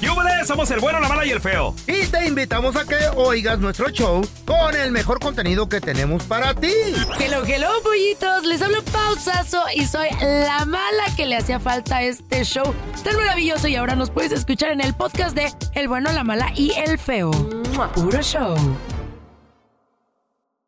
¡Yúbales! Somos el bueno, la mala y el feo. Y te invitamos a que oigas nuestro show con el mejor contenido que tenemos para ti. Hello, hello, pollitos. Les hablo pausazo y soy la mala que le hacía falta a este show tan maravilloso. Y ahora nos puedes escuchar en el podcast de El bueno, la mala y el feo. Puro show.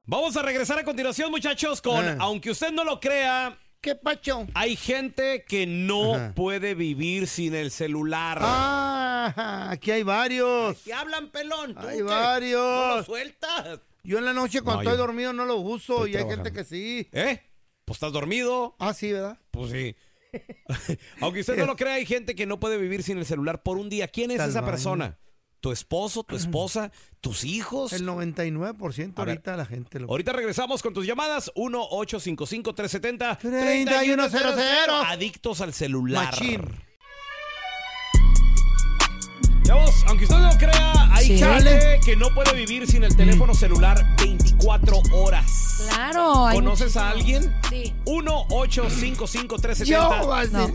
Vamos a regresar a continuación, muchachos, con, Ah. aunque usted no lo crea, ¿Qué pacho? hay gente que no Ajá. puede vivir sin el celular. Ah, aquí hay varios. ¿Qué hablan, pelón? ¿Tú Hay qué? varios. ¿No lo sueltas? Yo en la noche cuando No, estoy yo- dormido no lo uso Estoy y hay trabajando. gente que sí. ¿Eh? Pues estás dormido. Ah, sí, ¿verdad? Pues sí. Aunque usted no lo crea, hay gente que no puede vivir sin el celular por un día. ¿Quién es Tal esa baño. persona? ¿Tu esposo, tu esposa, tus hijos? Ah. El 99% A ver. ahorita la gente lo... Ahorita regresamos con tus llamadas 1-855-370-3100. 3100. Adictos al celular. Machín. Chavos, aunque usted no lo crea, hay Sí. gente que no puede vivir sin Mm. el teléfono celular 24 horas. Claro. hay ¿Conoces a muchísimo. alguien? Sí. 1-855-370. vas a decir- No.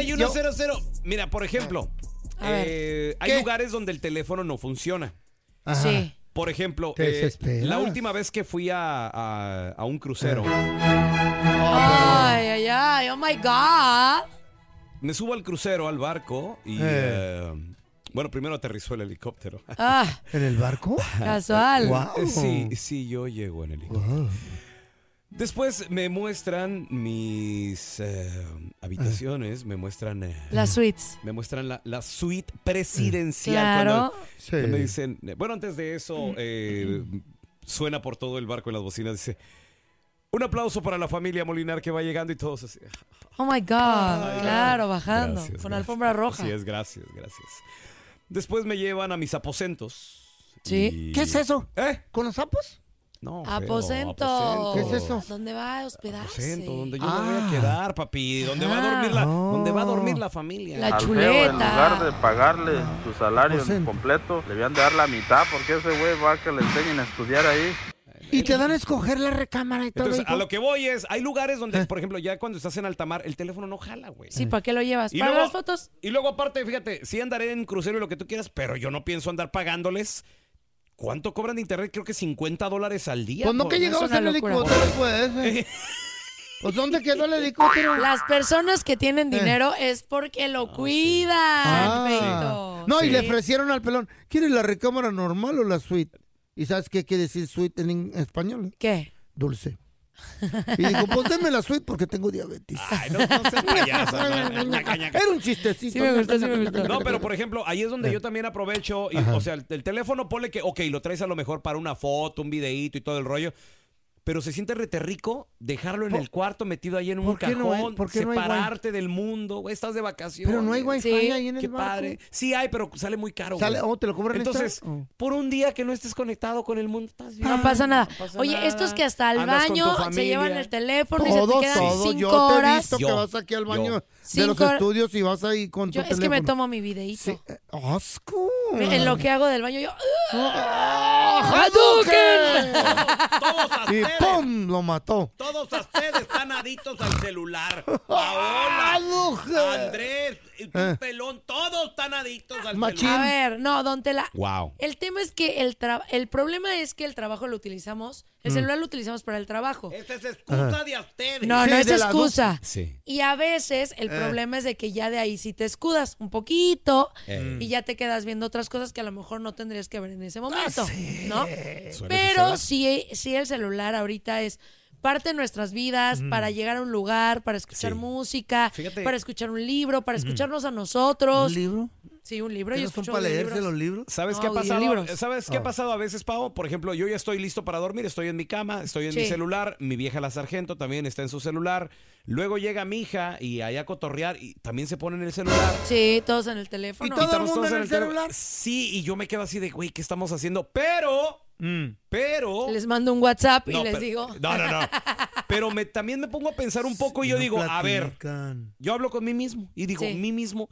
Sí, yo- 3100. Mira, por ejemplo, A ver. eh, hay ¿Qué? lugares donde el teléfono no funciona. Ajá. Sí. Por ejemplo, Te eh, desesperas. la última vez que fui a, a- a un crucero, Eh. Ay, ay, ay. Oh my God. me subo al crucero, al barco, y Eh. eh, bueno, primero aterrizó el helicóptero. Ah, ¿En el barco? casual. Wow. Sí, sí, yo llego en helicóptero. Wow. Después me muestran mis eh, habitaciones, me muestran... eh, Las suites. me muestran la, la suite presidencial. Claro. Cuando- Sí. cuando dicen, eh, bueno, antes de eso, eh, suena por todo el barco en las bocinas, dice, un aplauso para la familia Molinar que va llegando y todos así. "Ah, Oh my God. claro, bajando. Gracias, con gracias. alfombra roja. Así es, gracias, gracias. Después me llevan a mis aposentos. Sí. y- ¿Qué es eso? ¿Eh? ¿Con los sapos? No, feo, Aposento. aposento. ¿Qué es eso? ¿A ¿Dónde va a hospedarse? Aposento, donde yo me voy Ah. a quedar, papi. Donde va a Ah. dormir la, Oh. donde va a dormir la familia. La Al feo, en lugar de chuleta. pagarle su salario Pues en- completo, le habían de dar la mitad porque ese güey va a que le enseñen a estudiar ahí. Y te dan a escoger la recámara y todo. Ah. Entonces, hijo. a lo que voy es, hay lugares donde, por ejemplo, ya cuando estás en alta mar, el teléfono no jala, güey. Eh. Sí, ¿para qué lo llevas? Y ¿Para luego- las fotos? Y luego, aparte, fíjate, sí andaré en crucero y lo que tú quieras, pero yo no pienso andar pagándoles. ¿Cuánto cobran de internet? Creo que 50 dólares al día. Pues no por- que llegabas una en el locura. helicóptero, pues. eh. Pues ¿dónde quedó el helicóptero? Las personas que tienen dinero es porque lo cuidan. Eh. Oh, Ah. Feito. No, y Sí. le ofrecieron al pelón, ¿quieres la recámara normal o la suite? ¿Y sabes qué quiere decir suite en in- español? ¿Qué? Dulce. Y dijo, pues denme la suite porque tengo diabetes. Ay, no, no seas payaso, no, no, ñaca, ñaca. Era un chistecito. Sí me gustó, sí me gustó. No, pero por ejemplo, ahí es donde yo también aprovecho. y, o sea, el, el teléfono ponle que, ok, lo traes a lo mejor para una foto, un videíto y todo el rollo. Pero se siente rete rico dejarlo en Por- el cuarto metido ahí en un ¿por qué no hay- cajón, por qué no hay guay? separarte del mundo, güey, estás de vacaciones. Pero no hay wifi Sí, ahí en el Qué barco. padre. Sí hay, pero sale muy caro. Sale- güey. oh, ¿te lo cobran extra? Entonces, Oh. por un día que no estés conectado con el mundo, estás bien. Ah, No pasa nada. pasa Oye, nada. estos que hasta el Andas con tu baño se familia. llevan el teléfono y se Todo, te quedan todo. cinco Yo te he horas. visto que Yo, vas aquí al baño yo. de los Cinco horas. estudios y vas ahí con tu Yo- es que me teléfono. tomo mi videíto. Sí, eh, ¡Asco! En lo que hago del baño yo... ¡Ah! ¡Ah, tú! ¡Caduquen! Todos a Y ustedes. ¡pum! Lo mató. Todos a ustedes están adictos al celular. Paola, Caduca. Andrés, y tú, Ah, Eh. pelón, todos están adictos al Machín. celular. A ver, no, don Tela. Wow. El tema es que el, tra- el problema es que el trabajo lo utilizamos, el Mm. celular lo utilizamos para el trabajo. Esa es excusa de ustedes. Ah. No, Sí, no de es las dos. excusa. Sí. Y a veces el problema es de que ya de ahí sí te escudas un poquito Eh. y ya te quedas viendo otras cosas que a lo mejor no tendrías que ver en Ah, ese momento, ¿no? Suele Pero suceder. sí, sí el celular ahorita es parte de nuestras vidas Mm. para llegar a un lugar, para escuchar Sí. música, Fíjate. para escuchar un libro, para escucharnos a nosotros. ¿Un libro? Sí, un libro. Yo ¿Qué no son escucho para leerse libros. los libros? Ah. ¿Sabes No, qué ha pasado? audiolibros. ¿Sabes qué ha pasado a veces, Pau? Por ejemplo, yo ya estoy listo para dormir, estoy en mi cama, estoy en mi Sí. celular, mi vieja la sargento también está en su celular. Luego llega mi hija y allá a cotorrear y también se pone en el celular. Sí, todos en el ¿Y teléfono. todo el Estamos mundo todos en el tele- celular? Sí, y yo me quedo así de, güey, ¿qué estamos haciendo? Pero, Mm. pero... Les mando un WhatsApp y No, les pero- digo. No, no, no. Pero me, también me pongo a pensar un poco y yo No digo, a ver, platican. yo hablo con mí mismo y digo, Sí. mí mismo,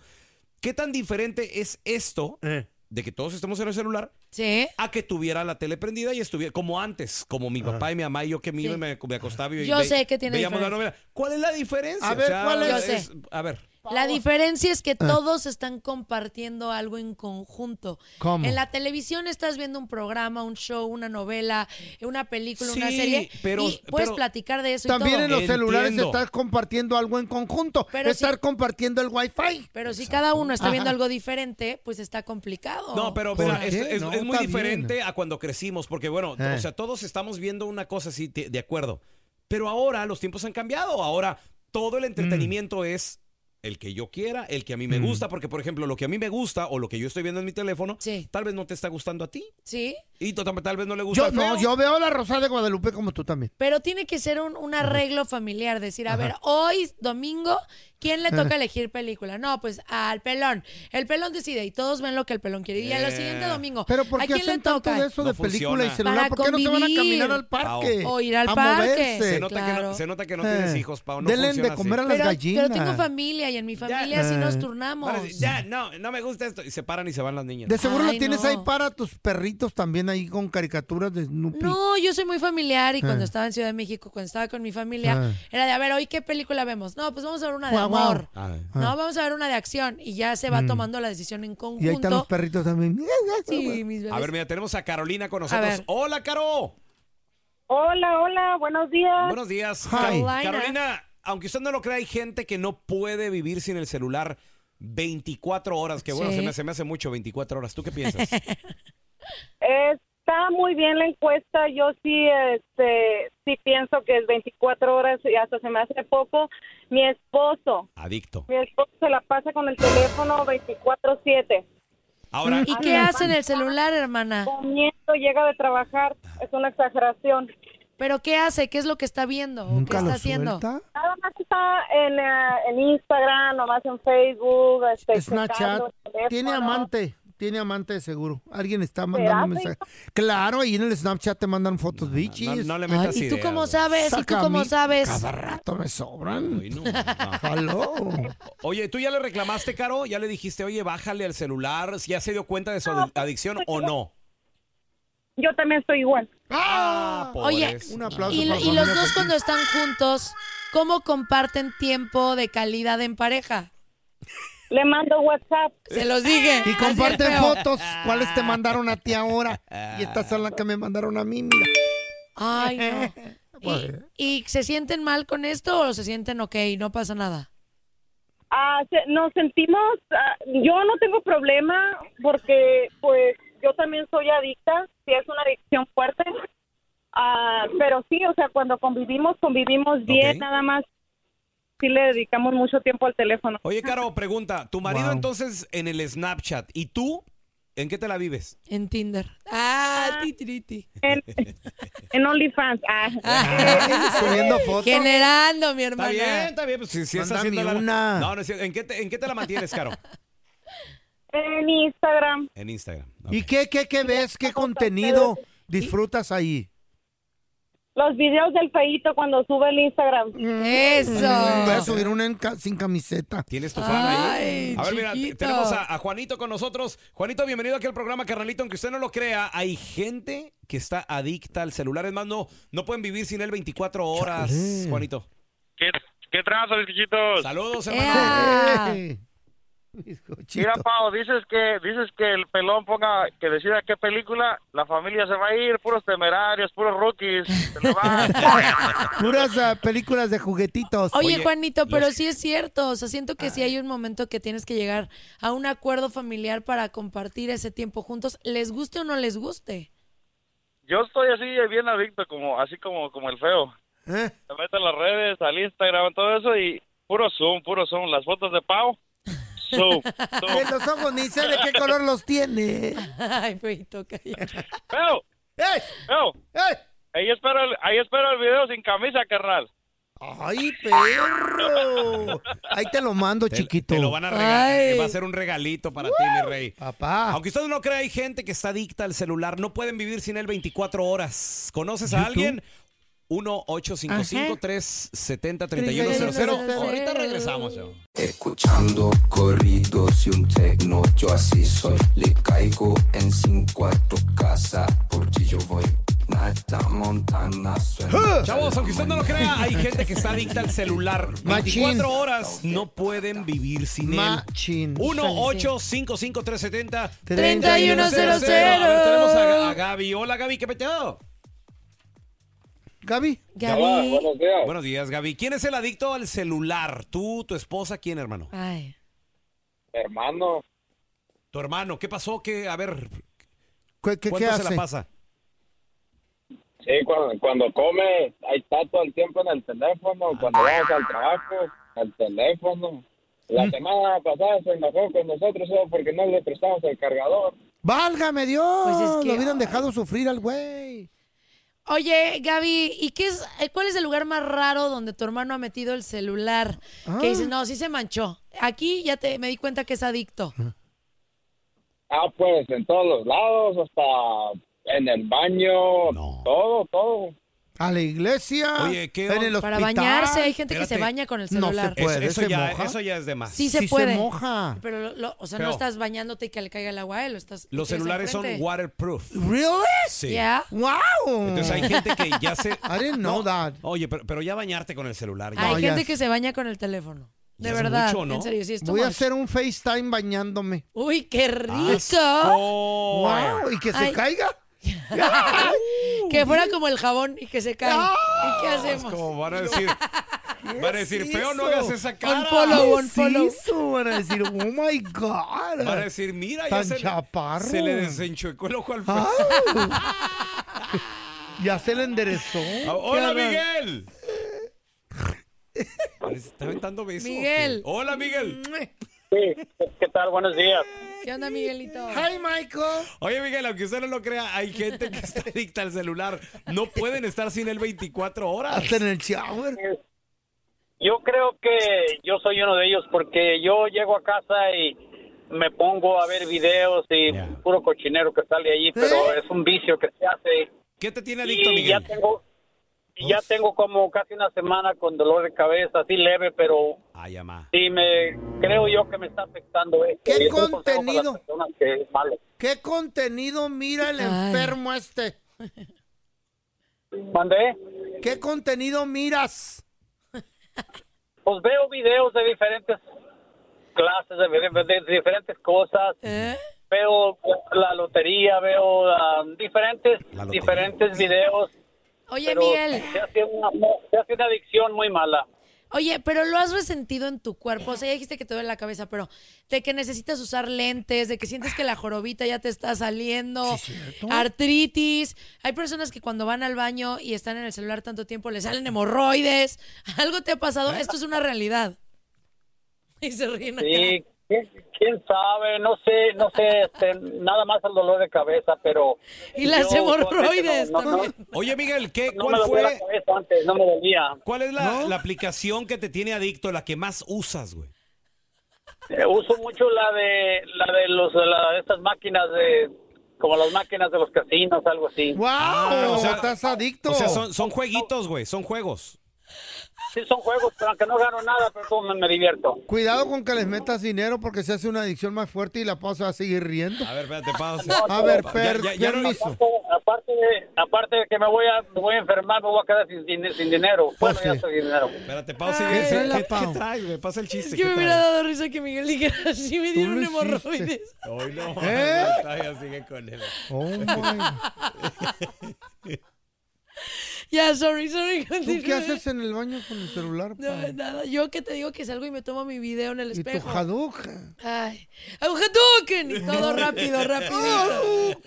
¿qué tan diferente es esto Eh. de que todos estemos en el celular Sí. a que tuviera la tele prendida y estuviera como antes, como mi papá y mi mamá y yo que me iba y Sí. me, me acostaba y Yo ve- sé que tiene veíamos la diferencia. novela. ¿Cuál es la diferencia? A ver, ¿cuál es? Yo sé. A ver. La diferencia es que todos están compartiendo algo en conjunto. ¿Cómo? En la televisión estás viendo un programa, un show, una novela, una película, una Sí, serie. pero- y puedes pero- platicar de eso y También todo. en los Entiendo. celulares estar compartiendo algo en conjunto. Pero estar sí. compartiendo el wifi. Pero si cada uno está Ajá. viendo algo diferente, pues está complicado. No, pero ¿Por mira, es, qué? es- No, es muy está diferente bien. a cuando crecimos, porque bueno, Eh. o sea, todos estamos viendo una cosa así, te- de acuerdo. Pero ahora los tiempos han cambiado. Ahora todo el entretenimiento Mm. es el que yo quiera, el que a mí me gusta, porque por ejemplo, lo que a mí me gusta o lo que yo estoy viendo en mi teléfono, Sí. tal vez no te está gustando a ti. Sí. Y to- tal vez no le gusta Yo, al no, feo. yo veo la Rosada de Guadalupe como tú también. Pero tiene que ser un, un arreglo familiar, decir, a ver, hoy domingo, ¿quién le toca elegir película? No, pues al pelón. El pelón decide y todos ven lo que el pelón quiere. Y a lo Eh. siguiente domingo, Pero ¿por ¿a qué quién le hacen tanto toca? de eso No de película y funciona. celular? Para ¿Por qué no se van a convivir. caminar al parque? O ir al a parque. moverse. se, nota que claro. no, se nota que no Eh. tienes hijos, Pau. No Denle de funciona así. comer a las pero, gallinas. pero tengo familia y en mi familia sí nos Eh. turnamos. Ahora sí, Ya, no, no me gusta esto. Y se paran y se van las niñas. De seguro Ay, lo tienes no. ahí para tus perritos también ahí con caricaturas de Snoopy. No, yo soy muy familiar y cuando Ah. estaba en Ciudad de México, cuando estaba con mi familia, Ah. era de, a ver, hoy qué película vemos. No, pues vamos a ver una de Guau, Eh. guau. amor. Ah, No, vamos a ver una de acción. Y ya se va tomando la decisión en conjunto. Y ahí están los perritos también. Sí, mis bebés. A ver, mira, tenemos a Carolina con nosotros. ver. Hola, Caro. Hola, hola, buenos días. Buenos días. Hi. Carolina. Carolina. Carolina, aunque usted no lo crea, hay gente que no puede vivir sin el celular 24 horas. Que bueno, Sí. se, me, se me hace mucho 24 horas. ¿Tú qué piensas? Está muy bien la encuesta. Yo sí, este, sí pienso que es 24 horas y hasta se me hace poco. Mi esposo, Adicto. mi esposo se la pasa con el teléfono 24/7. Ahora, ¿Y qué hace en el celular, hermana? Comiendo, llega de trabajar. Es una exageración. ¿Pero qué hace? ¿Qué es lo que está viendo? ¿O ¿Qué Nunca está lo haciendo? suelta. Nada más está en, eh, en Instagram, nomás en Facebook, este, Snapchat. checando el teléfono. Tiene amante. Tiene amante de seguro. Alguien está ¿Será, mandando mensajes. Claro, ahí en el Snapchat te mandan fotos bichis. no, no le Ay, metas ¿Y tú ideas, cómo güey. sabes? ¿Y tú Saca cómo mi- sabes? Cada rato me sobran. Ay, no, no. Aló. Oye, ¿tú ya le reclamaste, Caro? ¿Ya le dijiste, oye, bájale al celular? ¿Ya se dio cuenta de su adi- adicción o no? Yo también estoy igual. Ah, Oye, pobres. un aplauso. Y, para y los Pamela dos Petit. cuando están juntos, ¿cómo comparten tiempo de calidad en pareja? Le mando WhatsApp. Se los dije. Y así comparten es feo. fotos. ¿Cuáles te mandaron a ti ahora? Y estas son las que me mandaron a mí, mira. Ay, no. Pues- ¿Y, y se sienten mal con esto o se sienten ok, no pasa nada? Ah, se- nos sentimos, ah, yo no tengo problema porque pues yo también soy adicta, sí es una adicción fuerte, Ah, pero sí, o sea, cuando convivimos, convivimos bien, Ok. nada más, sí le dedicamos mucho tiempo al teléfono. Oye, Caro, pregunta. ¿Tu marido Wow. entonces en el Snapchat? ¿Y tú? ¿En qué te la vives? En Tinder. Ah, ti, ti, ti. En, en OnlyFans, ah, ah, Subiendo fotos. Generando, mi Está hermana. bien, está bien. Pues si, si estás Mándame haciendo la... una. No, no es cierto. ¿En qué te, en qué te la mantienes, Caro? en Instagram, En Instagram. ¿Y Ok. qué, qué, qué ves? ¿Qué contenido disfrutas ahí? Los videos del feíto cuando sube el Instagram. Voy a Eso. subir una en ca- sin camiseta. ¿Tienes tu fan Ay, ahí? A ver, mira, te- chiquito. tenemos a, a Juanito con nosotros. Juanito, bienvenido aquí al programa, carnalito. Aunque usted no lo crea, hay gente que está adicta al celular. Es más, no, no pueden vivir sin él 24 horas, Chale. Juanito. ¿Qué, qué trazo, bizquichitos? Saludos, hermano. Ea. Ey. Hijo Mira, chito. Pau, dices que, dices que el pelón ponga, que decida qué película, la familia se va a ir, puros temerarios, puros rookies, se nos va. Puras ah, películas de juguetitos. Oye, Oye, Juanito, pero los- sí es cierto. O sea, siento que sí hay un momento que tienes que llegar a un acuerdo familiar para compartir ese tiempo juntos, les guste o no les guste. Yo estoy así, bien adicto, como, así como, como el feo. ¿Eh? Se mete a las redes, al Instagram, todo eso y puro zoom, puro zoom. Las fotos de Pau, zoom, Que zoom. los ojos ni sé de qué color los tiene. Ay, feito, cállate. Feo, ¡Ey! feo, ¡Ey! ahí espero, el, ahí espero el video sin camisa, carnal. ¡Ay, perro! Ahí te lo mando, Te- chiquito. Te, lo van a regalar. Ay. Va a ser un regalito para ti, mi rey. Papá. Aunque usted no lo crea, hay gente que está adicta al celular. No pueden vivir sin él 24 horas. ¿Conoces a alguien? 1-855-370-3100. Ajá. Ahorita regresamos. yo. Escuchando corridos y un tecno, yo así soy. Le caigo en 5 a tu casa, por ti yo voy. Nata Montana suena. Chavos, aunque usted no lo crea, hay gente que está adicta al celular. Machín. 24 horas no pueden vivir sin él. Machín. 1-855-370-3100. 3100. A ver, Tenemos a, a Gaby. Hola, Gaby, ¿qué peteado? Gaby, Gaby. Buenos días, Gaby. ¿Quién es el adicto al celular? ¿Tú, tu esposa, quién, hermano? Ay. Hermano, Tu hermano, ¿qué pasó? ¿Qué, a ver, ¿qué, qué, qué ¿cuánto hace? se la pasa? sí, cuando, cuando come, ahí está todo el tiempo en el teléfono. Cuando vamos al trabajo, al teléfono. La semana pasada se enojó con nosotros solo porque no le prestamos el cargador. ¡Válgame Dios! Pues es que- Lo hubieran dejado sufrir al güey. Oye, Gaby, ¿y qué es, eh, cuál es el lugar más raro donde tu hermano ha metido el celular? Ah. Que dices, no, sí se manchó. Aquí ya te, me di cuenta que es adicto. Ah, pues en todos los lados, hasta en el baño, No. todo, todo. A la iglesia. Oye, ¿qué en on- el hospital. Para bañarse, hay gente que se Espérate. baña con el No se celular. puede. Pues, eso, ¿se ya, moja? eso ya es de más. Sí se Sí se puede. moja. Pero, lo- lo- o sea, Pero- no estás bañándote y que le caiga el agua a él. lo Estás, Los celulares son guapos. waterproof. ¿Really? Sí. Ya. ¡Wow! Entonces hay gente que ya se... I didn't know that. Oye, pero, pero ya bañarte con el celular. ya. No, Hay ya gente es- que se baña con el teléfono. Ya De es verdad. mucho, ¿no? En serio, sí, es too Voy a much. hacer un FaceTime bañándome. Uy, qué rico. Oh, ¡Asco! ¡Wow! ¿Y que se Ay. caiga? Que fuera como el jabón y que se cae. ¿Y qué hacemos? Como van a decir... Van a decir, es feo, no eso? hagas esa Con cara. follow, ¿Qué on es follow. eso? Van a decir, oh my God. Van a decir, mira, ya Tan se, le- chaparro. se le desenchuecó el ojo al feo. Ya se le enderezó. Ah, ¡Hola, Qué raro. Miguel! Parece- Está aventando besos. Miguel. ¡Hola, Miguel! Sí, ¿qué tal? Buenos días. ¿Qué onda, Miguelito? Hi, Michael. Oye, Miguel, aunque usted no lo crea, hay gente que está adicta al celular. No pueden estar sin él 24 horas. Hasta en el shower. Yo creo que yo soy uno de ellos porque yo llego a casa y me pongo a ver videos y Ya. puro cochinero que sale allí, pero es un vicio que se hace. ¿Qué te tiene adicto, Y ya Miguel? tengo, y ya tengo como casi una semana con dolor de cabeza, así leve, pero Ay, mamá. sí me creo yo que me está afectando. esto. ¿Qué Y es un consejo para las contenido? personas que es malo. ¿Qué contenido mira el Ay. enfermo este? Mandé. ¿Qué contenido miras? Pues veo videos de diferentes clases, de, de diferentes cosas. ¿Eh? veo la lotería, veo ah, diferentes La lotería. diferentes videos. Oye, pero Miguel. se hace, una, se hace una adicción muy mala. Oye, pero lo has resentido en tu cuerpo. O sea, ya dijiste que te duele la cabeza, pero de que necesitas usar lentes, de que sientes que la jorobita ya te está saliendo, artritis. Hay personas que cuando van al baño y están en el celular tanto tiempo les salen hemorroides. Algo te ha pasado. Ah. Esto es una realidad. Y se ríen. acá. Sí, ¿quién, quién sabe? No sé, no sé, este, nada más el dolor de cabeza, pero... Y las yo, hemorroides no, no, también. Oye, Miguel, ¿qué, No, no me ¿cuál dolía la fue? cabeza antes, no me dolía. ¿Cuál es la, la aplicación que te tiene adicto, la que más usas, güey? Eh, uso mucho la de la de los la de estas máquinas de Como las máquinas de los casinos, algo así. ¡Wow! Ah, o sea, estás adicto. O sea, son, son jueguitos, güey, son juegos. Sí, son juegos, pero aunque no gano nada, pero como me, me divierto. Cuidado con que les metas dinero porque se hace una adicción más fuerte y la pausa va a seguir riendo. A ver, espérate, pausa. A ver, per- Ah, ya, ya, ya no- permiso. Aparte de, aparte de que me voy, a, me voy a enfermar, me voy a quedar sin, din- sin dinero. Bueno, Pues ya sí. estoy sin dinero. Espérate, pausa. Ay, y dice, la ¿Qué, Pau. qué traes, güey? Pasa el chiste. Es que ¿qué me hubiera traes? dado risa que Miguel dijera así, me dieron lo hiciste. hemorroides. Ay, no, ¿Eh? todavía sigue con él. Oh, my. Ya, sorry, sorry, ¿Tú continúe. qué haces en el baño con el celular? No, pa? nada, yo que te digo que salgo y me tomo mi video en el y tu espejo. jaduca. Ay, ¡Aujatuken! Y todo rápido, rápido.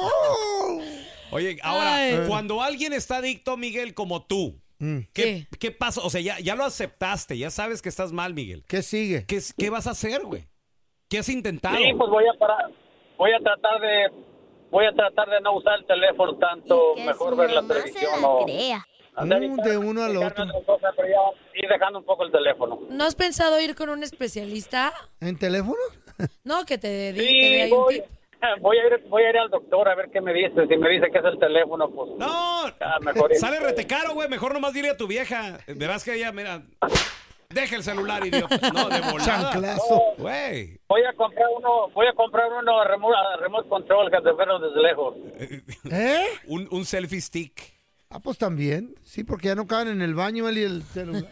Oh. Oye, ahora, Ay. cuando alguien está adicto, Miguel, como tú, ¿qué, qué pasa? O sea, ya, ya lo aceptaste, ya sabes que estás mal, Miguel. ¿Qué sigue? ¿Qué, es- qué vas a hacer, güey? ¿Qué has intentado? Sí, pues voy a parar. Voy a tratar de, voy a tratar de no usar el teléfono tanto, mejor ver la televisión o andar Mm, de uno al dedicarme a otro. otra cosa, pero ya ir dejando un poco el teléfono. ¿No has pensado ir con un especialista? ¿En teléfono? No, que te dé te dé Sí, ahí un voy, tip. voy a ir, voy a ir al doctor a ver qué me dice. Si me dice que es el teléfono, pues No, ah, mejor ir. sale retecaro, güey. Mejor nomás dile a tu vieja. Verás que ella, mira, deja el celular, idiota. No, de volada. Chanclazo. Güey. Voy a comprar uno, voy a comprar uno remote, remote control que te verlo desde lejos. ¿Eh? Un, un selfie stick. Ah, pues también. Sí, porque ya no caben en el baño él y el celular.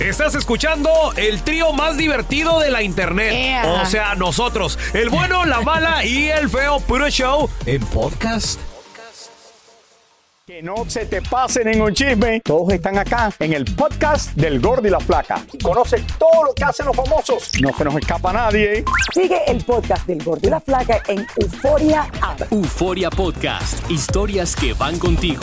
Estás escuchando el trío más divertido de la internet. Ea. O sea, nosotros, el bueno, la mala y el feo puro show en podcast. Que no se te pase ningún chisme. Todos están acá en el podcast del Gordi y la Flaca. Y conoce todo lo que hacen los famosos. No se nos escapa nadie. Sigue el podcast del Gordo y la Flaca en Euforia App. Euforia Podcast, historias que van contigo.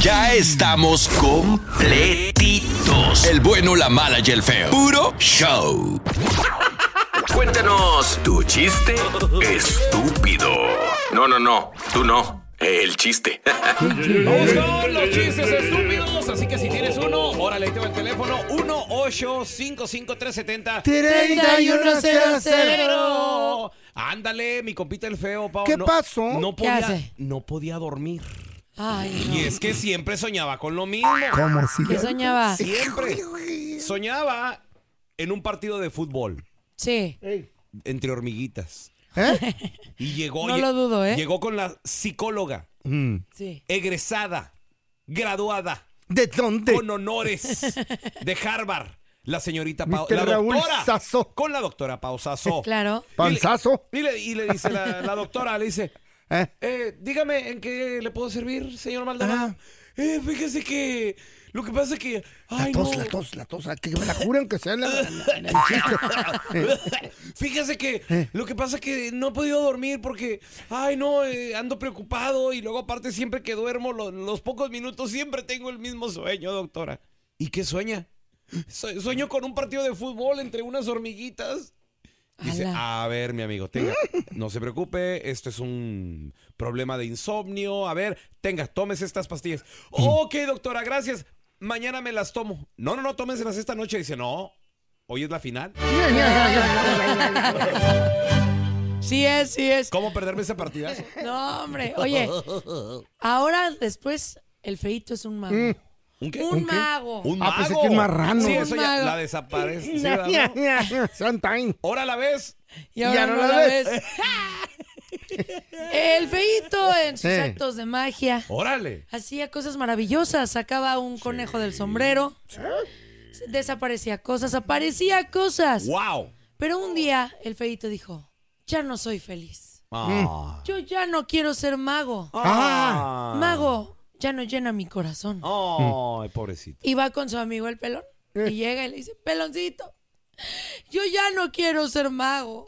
Ya estamos completitos. El bueno, la mala y el feo. Puro show. Cuéntanos tu chiste estúpido. No, no, no. Tú no. El chiste. Vamos con los chistes estúpidos. Así que si tienes uno, órale, ahí te va el teléfono. 1 8 370 3100. Pero, Ándale, mi compita el feo, Pau. ¿Qué pasó? No ¿Qué podía, hace? no podía dormir. Ay, Y es que siempre soñaba con lo mismo. ¿Cómo así? no. ¿Qué soñaba? Siempre. Soñaba en un partido de fútbol Sí. entre hormiguitas. ¿Eh? Y llegó. No lo dudo, ¿eh? Llegó con la psicóloga, Sí. egresada, graduada, ¿De dónde? con honores de Harvard. La señorita Pau, Mister la Raúl doctora. Sasso. Con la doctora Pausazo. Claro. Panzazo. Y le, y le dice la, la doctora, le dice, ¿Eh? eh, dígame en qué le puedo servir, señor Maldonado. Ah. Eh, fíjese que lo que pasa es que... La Ay, tos, no. la tos, la tos. Que me la juren que sea en la, en el chiste. Eh, Fíjese que lo que pasa es que no he podido dormir porque, ay no, eh, ando preocupado y luego aparte siempre que duermo lo- los pocos minutos siempre tengo el mismo sueño, doctora. ¿Y qué sueña? Sue- sueño con un partido de fútbol entre unas hormiguitas. Dice, Ala. a ver, mi amigo, tenga, no se preocupe, esto es un problema de insomnio. A ver, tenga, tómese estas pastillas. Ok, doctora, gracias. Mañana me las tomo. No, no, no, tómenselas esta noche. Dice, no, hoy es la final. Sí es, sí es. ¿Cómo perderme ese partidazo? No, hombre. Oye, ahora después el feito es un mago. ¿Un qué? Un ¿Un qué? mago. Un Ah, pensé que es marrano. Sí, eso ya, mago. la desaparece. Sometime. Ahora la ves. Y ahora no, la ves. el feito en sus Eh. actos de magia Órale. hacía cosas maravillosas. Sacaba un conejo del sombrero. Desaparecía cosas, aparecía cosas. ¡Wow! Pero un día el feito dijo, ya no soy feliz. Mm. Ah. Yo ya no quiero ser mago. Ah. Mago ya no llena mi corazón. Ay, pobrecito. Y va con su amigo el pelón. Y llega y le dice, peloncito, yo ya no quiero ser mago.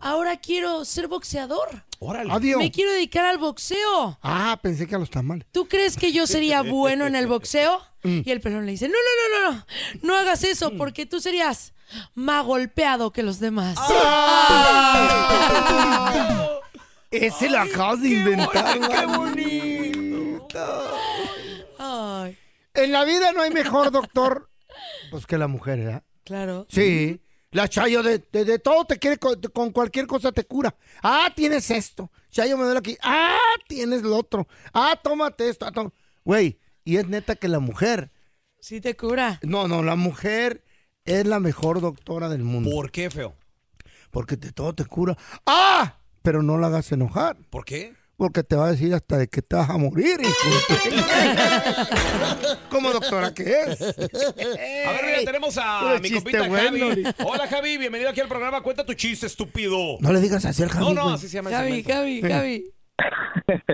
Ahora quiero ser boxeador. Órale. Adiós. Me quiero dedicar al boxeo. Ah, pensé que a los tamales. ¿Tú crees que yo sería bueno en el boxeo? Y el pelón le dice, no, no, no, no, no, no hagas eso porque tú serías más golpeado que los demás. Ese lo acabas de inventar. ¡Qué bonito! Ay, En la vida no hay mejor doctor pues que la mujer, ¿verdad? Mm. claro. Sí. La Chayo de, de- de todo te quiere, co- con cualquier cosa te cura. Ah, tienes esto. Chayo me duele aquí. Ah, tienes lo otro. Ah, tómate esto. Ah, tó- Güey, y es neta que la mujer. Sí te cura. No, no, la mujer es la mejor doctora del mundo. ¿Por qué, feo? Porque de todo te cura. ¡Ah! Pero no la hagas enojar. ¿Por qué? Porque te va a decir hasta de que te vas a morir. hijo de tu- Como doctora que es. A ver, mira, tenemos a Puro mi chiste compita bueno, Javi. ahorita. Hola, Javi, bienvenido aquí al programa. Cuenta tu chiste, estúpido. No le digas así al Javi, No, no, güey. así se llama el Javi, segmento. Javi, Javi.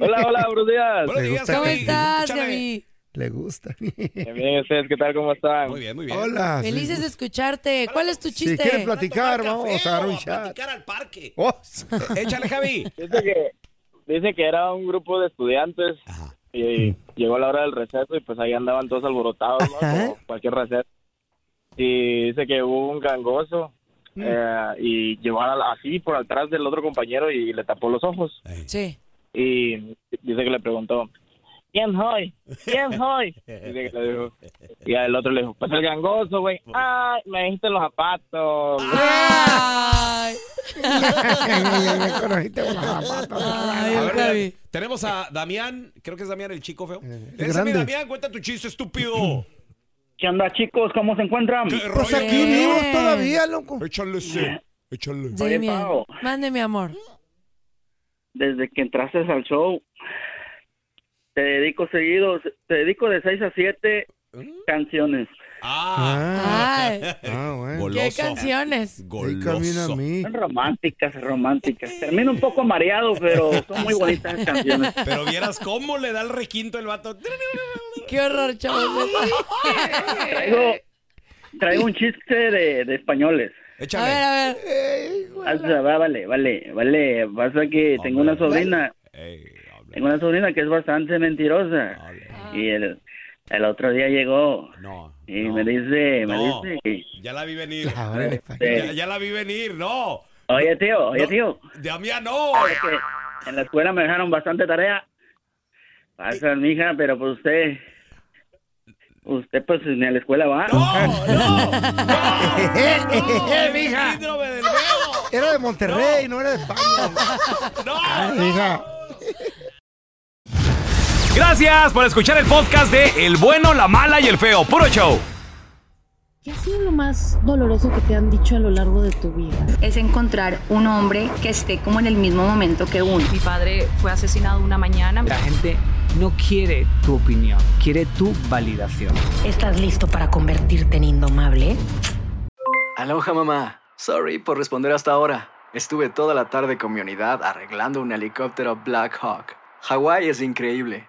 Hola, hola, buenos días. Buenos días, ¿Cómo Javi. estás, Échale. Javi? Le gusta. Bien, bien, ¿ustedes qué tal? ¿Cómo están? Muy bien, muy bien. Hola. Felices de escucharte. ¿Cuál es tu Si chiste? quieren platicar, vamos a dar un o a chat. al parque. Oh. Échale, Javi. Dice que, dice que era un grupo de estudiantes y llegó la hora del receso y pues ahí andaban todos alborotados, ¿no? Como cualquier receso. Y dice que hubo un gangoso eh, y llegó al- así por atrás del otro compañero y le tapó los ojos. Sí. Y dice que le preguntó, ¿quién soy? ¿quién soy? Dice que le dijo. Y al otro le dijo, pues el gangoso, güey. Ay, me dijiste los zapatos. Ay. A ver, Javi. mira, tenemos a Damián, creo que es Damián el chico feo. Eh, Ese es mi grande. Damián, cuenta tu chiste, estúpido. ¿Qué onda, chicos? ¿Cómo se encuentran? Pues aquí vivimos todavía, loco. Échale ese, échale. Oye, Damián, Pao, Mande, mi amor. desde que entraste al show, te dedico seguido, te dedico de 6 a 7 canciones. Ah, Ah. Ay, Ah, ¿Qué Goloso. canciones? Goloso. Son románticas, románticas. Termino un poco mareado, pero son muy bonitas las canciones. Pero vieras cómo le da el requinto el vato. Qué horror, chavos. Traigo, traigo un chiste de, de españoles. Échale. A ver, a ver. Ah, va, vale, vale, vale. Pasa que tengo una sobrina. Tengo una sobrina que es bastante mentirosa. Y el, el otro día llegó No, y me dice, me No. dice que- ya la vi venir. Sí. Ya, ya la vi venir, no. Oye, tío, oye, tío. Damián, no. En la escuela me dejaron bastante tarea. Pasa, mija, pero pues usted... Usted pues ni a la escuela va. Eh, mija. Era de Monterrey, no, era de España. Ay, mija. Gracias por escuchar el podcast de El bueno, la mala y el feo. Puro show. ¿Qué ha sido lo más doloroso que te han dicho a lo largo de tu vida? es encontrar un hombre que esté como en el mismo momento que uno. Mi padre fue asesinado una mañana. La gente no quiere tu opinión, quiere tu validación. ¿Estás listo para convertirte en indomable? Aloha mamá. Sorry por responder hasta ahora. Estuve toda la tarde con mi unidad arreglando un helicóptero Black Hawk. Hawái es increíble.